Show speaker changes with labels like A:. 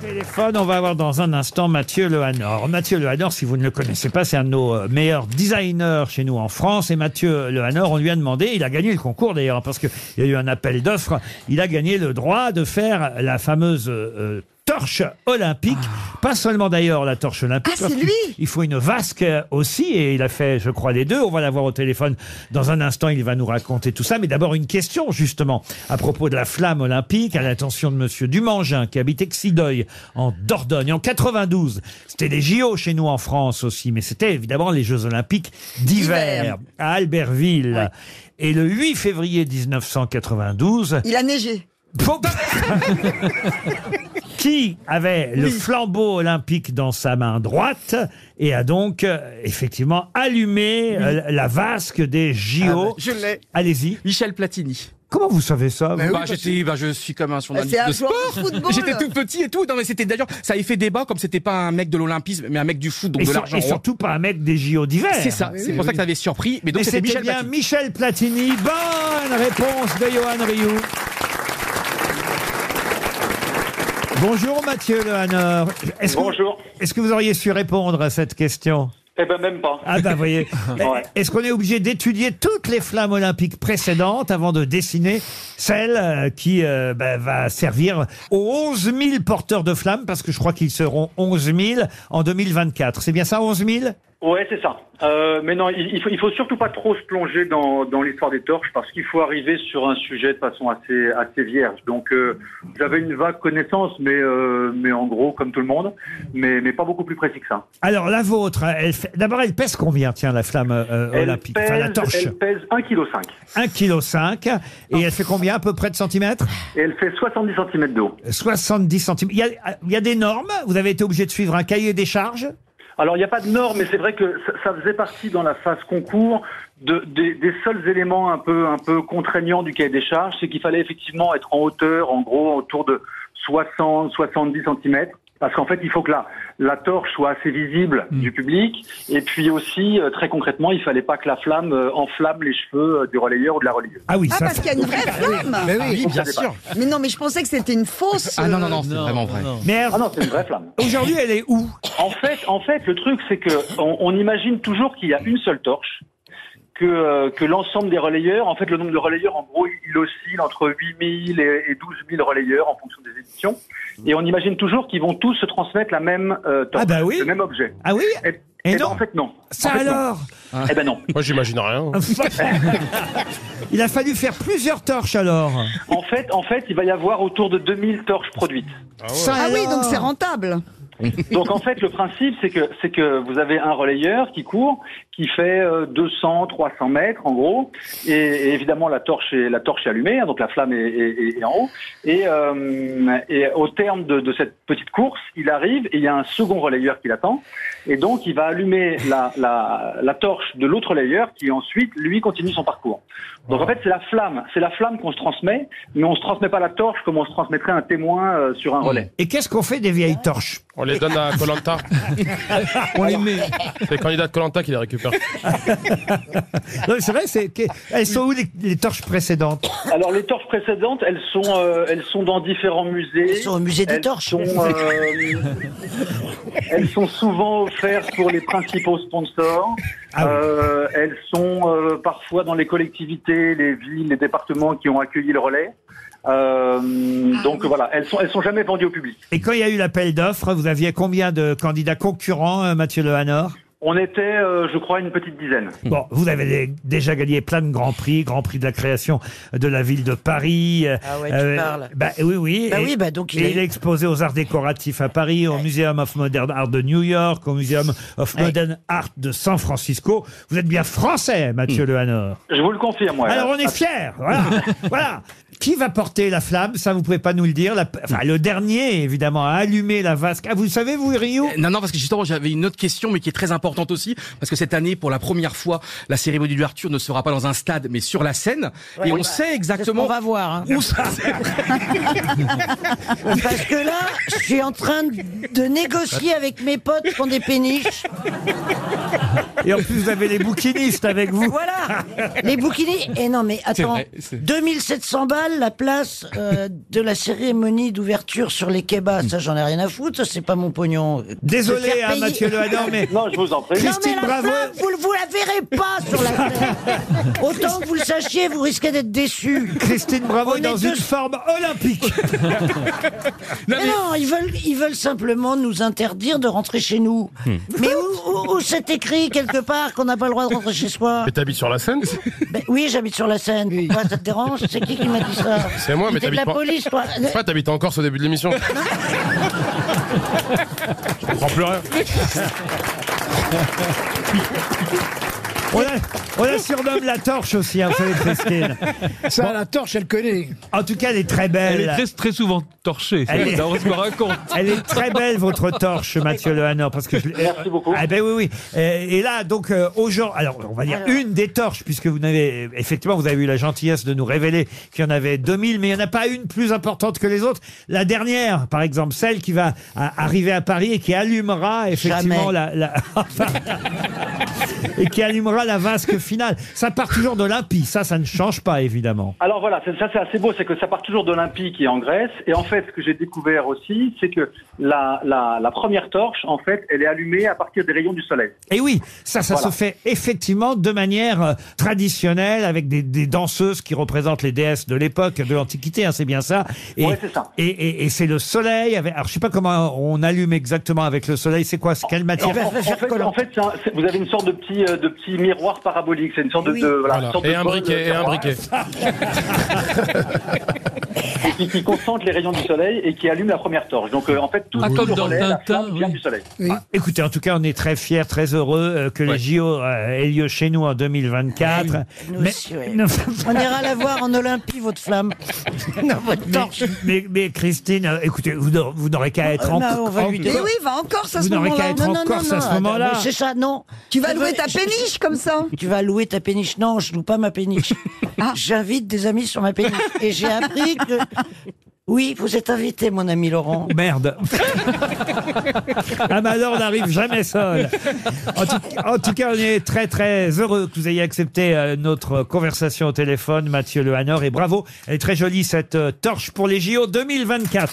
A: téléphone. On va avoir dans un instant Mathieu Lehanor. Mathieu Lehanor, si vous ne le connaissez pas, c'est un de nos euh, meilleurs designers chez nous en France. Et Mathieu Lehanor, on lui a demandé, il a gagné le concours d'ailleurs, hein, parce qu'il y a eu un appel d'offres. Il a gagné le droit de faire la fameuse euh, euh, torche olympique. Pas seulement d'ailleurs la torche olympique.
B: Ah, c'est
A: parce qu'il-
B: lui
A: il faut une vasque euh, aussi, et il a fait, je crois, les deux. On va l'avoir au téléphone dans un instant. Il va nous raconter tout ça. Mais d'abord, une question, justement, à propos de la flamme olympique, à l'attention de Monsieur Dumangin, qui habite Exideuil, en Dordogne, en 92. C'était les JO chez nous en France aussi, mais c'était évidemment les Jeux Olympiques d'hiver,
B: D'hiver.
A: à Albertville. Et le 8 février 1992,
B: Il a neigé.
A: Bon. qui avait le flambeau olympique dans sa main droite et a donc euh, effectivement allumé euh, la vasque des JO.
C: Ah bah, Je l'ai.
A: Allez-y.
C: Michel Platini.
A: Comment vous savez ça
B: Eh
A: vous
C: bah, j'étais, bah, je suis comme un journaliste
B: C'est un
C: de
B: joueur de
C: sport.
B: football.
C: J'étais tout petit et tout. Non, mais c'était d'ailleurs, ça avait fait débat comme c'était pas un mec de l'Olympisme, mais un mec du foot, donc
A: et,
C: de
A: sur-
C: l'argent.
A: et
C: roi.
A: surtout pas un mec des JO d'hiver.
C: C'est ça. c'est pour ça que ça avait surpris. Mais donc
A: Et
C: c'était
A: c'était
C: Michel
A: bien
C: Platini.
A: Michel Platini. Bonne réponse de Johan Rioux. Bonjour Mathieu Lehanor. Est-ce que-
D: Bonjour.
A: Est-ce que vous auriez su répondre à cette question
D: Eh ben même pas.
A: Ah bah voyez.
D: Ouais.
A: Est-ce qu'on est obligé d'étudier toutes les flammes olympiques précédentes avant de dessiner celle euh, qui euh, bah, va servir aux 11 000 porteurs de flammes parce que je crois qu'ils seront 11 000 en 2024. C'est bien ça 11 000
D: Ouais, c'est ça. Euh, mais non, il, il faut, il faut surtout pas trop se plonger dans, dans l'histoire des torches parce qu'il faut arriver sur un sujet de façon assez assez vierge. Donc euh, j'avais une vague connaissance, mais euh, mais en gros comme tout le monde, mais mais pas beaucoup plus précis que ça.
A: Alors la vôtre, hein, elle fait- d'abord elle pèse combien tiens la flamme euh,
D: Elle
A: olympique,
D: pèse,
A: enfin la torche,
D: elle pèse 1,5 kg
A: 1,5 kg et elle fait combien à peu près de centimètres
D: et elle fait 70 cm d'eau.
A: 70 centimètres. Il y a- il y a des normes, vous avez été obligé de suivre un cahier des charges
D: Alors, il n'y a pas de normes, mais c'est vrai que ça, ça faisait partie dans la phase concours de, des, des seuls éléments un peu, un peu contraignants du cahier des charges, c'est qu'il fallait effectivement être en hauteur, en gros, autour de 60, 70 cm. Parce qu'en fait, il faut que la, la torche soit assez visible du public. Et puis aussi, euh, très concrètement, il fallait pas que la flamme euh, enflamme les cheveux euh, du relayeur ou de la relayeuse.
A: Ah oui,
B: Ah,
A: ça
B: parce qu'il y a une vraie flamme.
C: Ah oui, bien
D: ça
C: sûr.
B: Mais non, mais je pensais que c'était une fausse.
C: Ah non, non,
B: euh,
C: non, c'est vraiment vrai.
A: Mais
D: Ah non, c'est une vraie flamme.
A: aujourd'hui, elle est où
D: En fait, en fait, le truc, c'est que on, on imagine toujours qu'il y a une seule torche, que, euh, que l'ensemble des relayeurs, en fait, le nombre de relayeurs, en gros, il oscille entre 8000 et, et 12 000 relayeurs en fonction des éditions, et on imagine toujours qu'ils vont tous se transmettre la même euh, torche,
A: Ah bah oui.
D: le même objet.
A: Ah oui
D: Et,
A: Et
D: et ben,
A: non. Ah.
D: en fait, non.
A: Ça
D: En fait, non.
A: alors
D: Eh ben non.
E: Moi, j'imagine rien.
A: Il a fallu faire plusieurs torches alors.
D: En fait, en fait, il va y avoir autour de 2000 torches produites.
A: Ça
B: Ah oui,
A: alors.
B: donc c'est rentable.
D: Donc en fait, le principe, c'est que c'est que vous avez un relayeur qui court, qui fait euh, 200, 300 mètres en gros, et, et évidemment la torche est la torche est allumée, hein, donc la flamme est, est- est en haut. Et, euh, et au terme de, de cette petite course, il arrive et il y a un second relayeur qui l'attend, et donc il va allumer la, la, la torche de l'autre relayeur qui ensuite lui continue son parcours. Donc en fait, c'est la flamme, c'est la flamme qu'on se transmet, mais on se transmet pas la torche comme on se transmettrait un témoin euh, sur
C: Mmh.
D: un relais.
A: Et qu'est-ce qu'on fait des vieilles torches
E: On les donne à Colanta.
A: On les met.
E: C'est le candidat de Colanta qui les récupère.
A: Non, c'est vrai, c'est que- elles sont où les, les torches précédentes
D: Alors les torches précédentes, elles sont euh, elles sont dans différents musées.
F: Elles sont au musée des
D: Elles
F: torches.
D: sont, euh, elles sont souvent offertes pour les principaux sponsors.
A: Ah oui.
D: Euh, elles sont euh, parfois dans les collectivités, les villes, les départements qui ont accueilli le relais. Euh, donc voilà, elles sont elles sont jamais vendues au public.
A: Et quand il y a eu l'appel d'offres, vous aviez combien de candidats concurrents, euh, Mathieu Lehanor
D: On était, euh, je crois, une petite dizaine.
A: Bon, vous avez dé- déjà gagné plein de grands prix, Grand Prix de la création de la ville de Paris. euh,
F: Ah ouais, tu parles.
A: Bah oui, oui.
F: Bah
A: et-
F: oui, bah donc il
A: et
F: a-
A: il est exposé aux arts décoratifs à Paris, au Museum of Modern Art de New York, au Museum of
F: Ouais.
A: Modern Art de San Francisco. Vous êtes bien français, Mathieu Lehanor.
D: Je vous le confirme. ouais.
A: Alors on est fiers, voilà. voilà. Qui va porter la flamme Ça, vous pouvez pas nous le dire. La- enfin, le dernier, évidemment, a allumé la vasque. Ah, vous le savez, vous, Rio
C: Euh, Non, non, parce que justement, j'avais une autre question, mais qui est très importante aussi, parce que cette année, pour la première fois, la cérémonie du Arthur ne sera pas dans un stade, mais sur la scène, et on sait exactement
F: On va voir. hein.
C: où ça.
F: Parce que là, je suis en train de de négocier avec mes potes qui ont des péniches
A: Et en plus, vous avez les bouquinistes avec vous.
F: Voilà Les bouquinis. Et non, mais attends.
C: vrai, c'est-
F: 2700 balles la place euh, de la cérémonie d'ouverture sur les kebabs. Ça, j'en ai rien à foutre. Ça, c'est pas mon pognon. Se
A: Désolé,
F: faire
A: hein,
F: payer-
A: Mathieu Lehanan, mais
D: Non, je vous en prie.
F: Non, mais
A: Christine
F: la
A: Bravo.
F: flamme, vous, vous la verrez pas sur la télé. Autant que vous le sachiez, vous risquez d'être déçus.
A: Christine Bravo
F: On
A: est
F: est
A: dans
F: deux-
A: une forme olympique.
F: Mais non, ils veulent, ils veulent simplement nous interdire de rentrer chez nous. Mais où, où- où c'est écrit quelque part qu'on n'a pas le droit de rentrer chez soi
E: Mais t'habites sur la scène
F: Ben Oui, j'habite sur la Seine. Pourquoi ça te dérange C'est qui qui m'a dit ça
E: C'est moi, mais
F: T'es de
E: t'habites
F: la
E: pas-
F: police, toi.
E: Je sais pas, t'habites encore au début de l'émission. Je comprends plus rien.
A: On la, on la surnomme la torche aussi, hein, vous savez, Christine.
G: Ça, la torche, elle connaît.
A: En tout cas, elle est très belle.
H: Elle est très, très souvent torchée.
A: Elle est-
H: C'est on se le raconte.
A: Elle est très belle, votre torche, Mathieu Lehanor, parce que je l'ai-
D: Merci beaucoup.
A: Ah ben oui, oui. Et, et là, donc, euh, aux gens, alors, on va dire
F: Alors.
A: une des torches, puisque vous n'avez, effectivement, vous avez eu la gentillesse de nous révéler qu'il y en avait 2000, mais il n'y en a pas une plus importante que les autres. La dernière, par exemple, celle qui va à- arriver à Paris et qui allumera, effectivement, la,
F: Jamais.
A: la- enfin, et qui allumera la vasque finale. Ça part toujours de l'impi, ça, ça ne change pas, évidemment.
D: Alors voilà, c'est- ça c'est assez beau, c'est que ça part toujours d'Olympique et en Grèce. Et en fait, ce que j'ai découvert aussi, c'est que la, la, la première torche, en fait, elle est allumée à partir des rayons du soleil.
A: Et oui, ça, ça
D: Voilà.
A: se fait effectivement de manière euh, traditionnelle, avec des, des danseuses qui représentent les déesses de l'époque, de l'Antiquité, hein, c'est bien ça. Et,
D: Ouais, c'est ça.
A: Et, et- et c'est le soleil. Avec, alors, je sais pas comment on allume exactement avec le soleil. C'est quoi c'est
F: Oh,
A: Quelle matière
D: En, en- en fait, en fait, c'est un- c'est- vous avez une sorte de petit, euh, de petit miroir parabolique. C'est une sorte de,
F: Oui.
D: de- voilà,
E: Voilà.
D: une sorte
E: Et
D: de
E: un
D: bol,
E: briquet,
D: euh,
E: et un
D: miroir
E: briquet.
D: Qui, qui concentre les rayons du soleil et qui allume la première torche. Donc euh, en fait, tout,
H: Ah,
D: tout
H: comme
D: le
H: dans
D: relais, la
H: Tintin,
D: flamme vient
H: oui.
D: du soleil.
G: Oui.
A: Écoutez, en tout cas, on est très fiers, très heureux euh, que les JO euh, aient lieu chez nous en 2024.
F: Ah Nous
A: Mais-
F: aussi, ouais. On ira la voir en Olympie, votre flamme. non, votre
A: Mais,
F: torche.
A: mais- mais Christine, euh, écoutez, vous n'aurez- vous n'aurez qu'à être en,
F: Non, on va
A: en-
F: lui
B: Mais oui, va encore, ça,
A: Vous
B: ce
A: n'aurez qu'à
B: moment-là.
A: être en Corse à ce
F: attends,
A: moment-là.
F: mais C'est ça, non.
B: Tu vas
F: Ça
B: louer
F: veut-
B: ta
F: je-
B: péniche comme ça.
F: Tu vas louer ta péniche. Non, je loue pas ma péniche.
B: Ah.
F: J'invite des amis sur ma péniche. Et j'ai appris que. Oui, vous êtes invité, mon ami Laurent.
A: Merde. ah, mais alors, on n'arrive jamais seul. En tout, en tout cas, on est très, très heureux que vous ayez accepté euh, notre conversation au téléphone, Mathieu Lehanor. Et bravo. Elle est très jolie, cette euh, torche pour les JO 2024.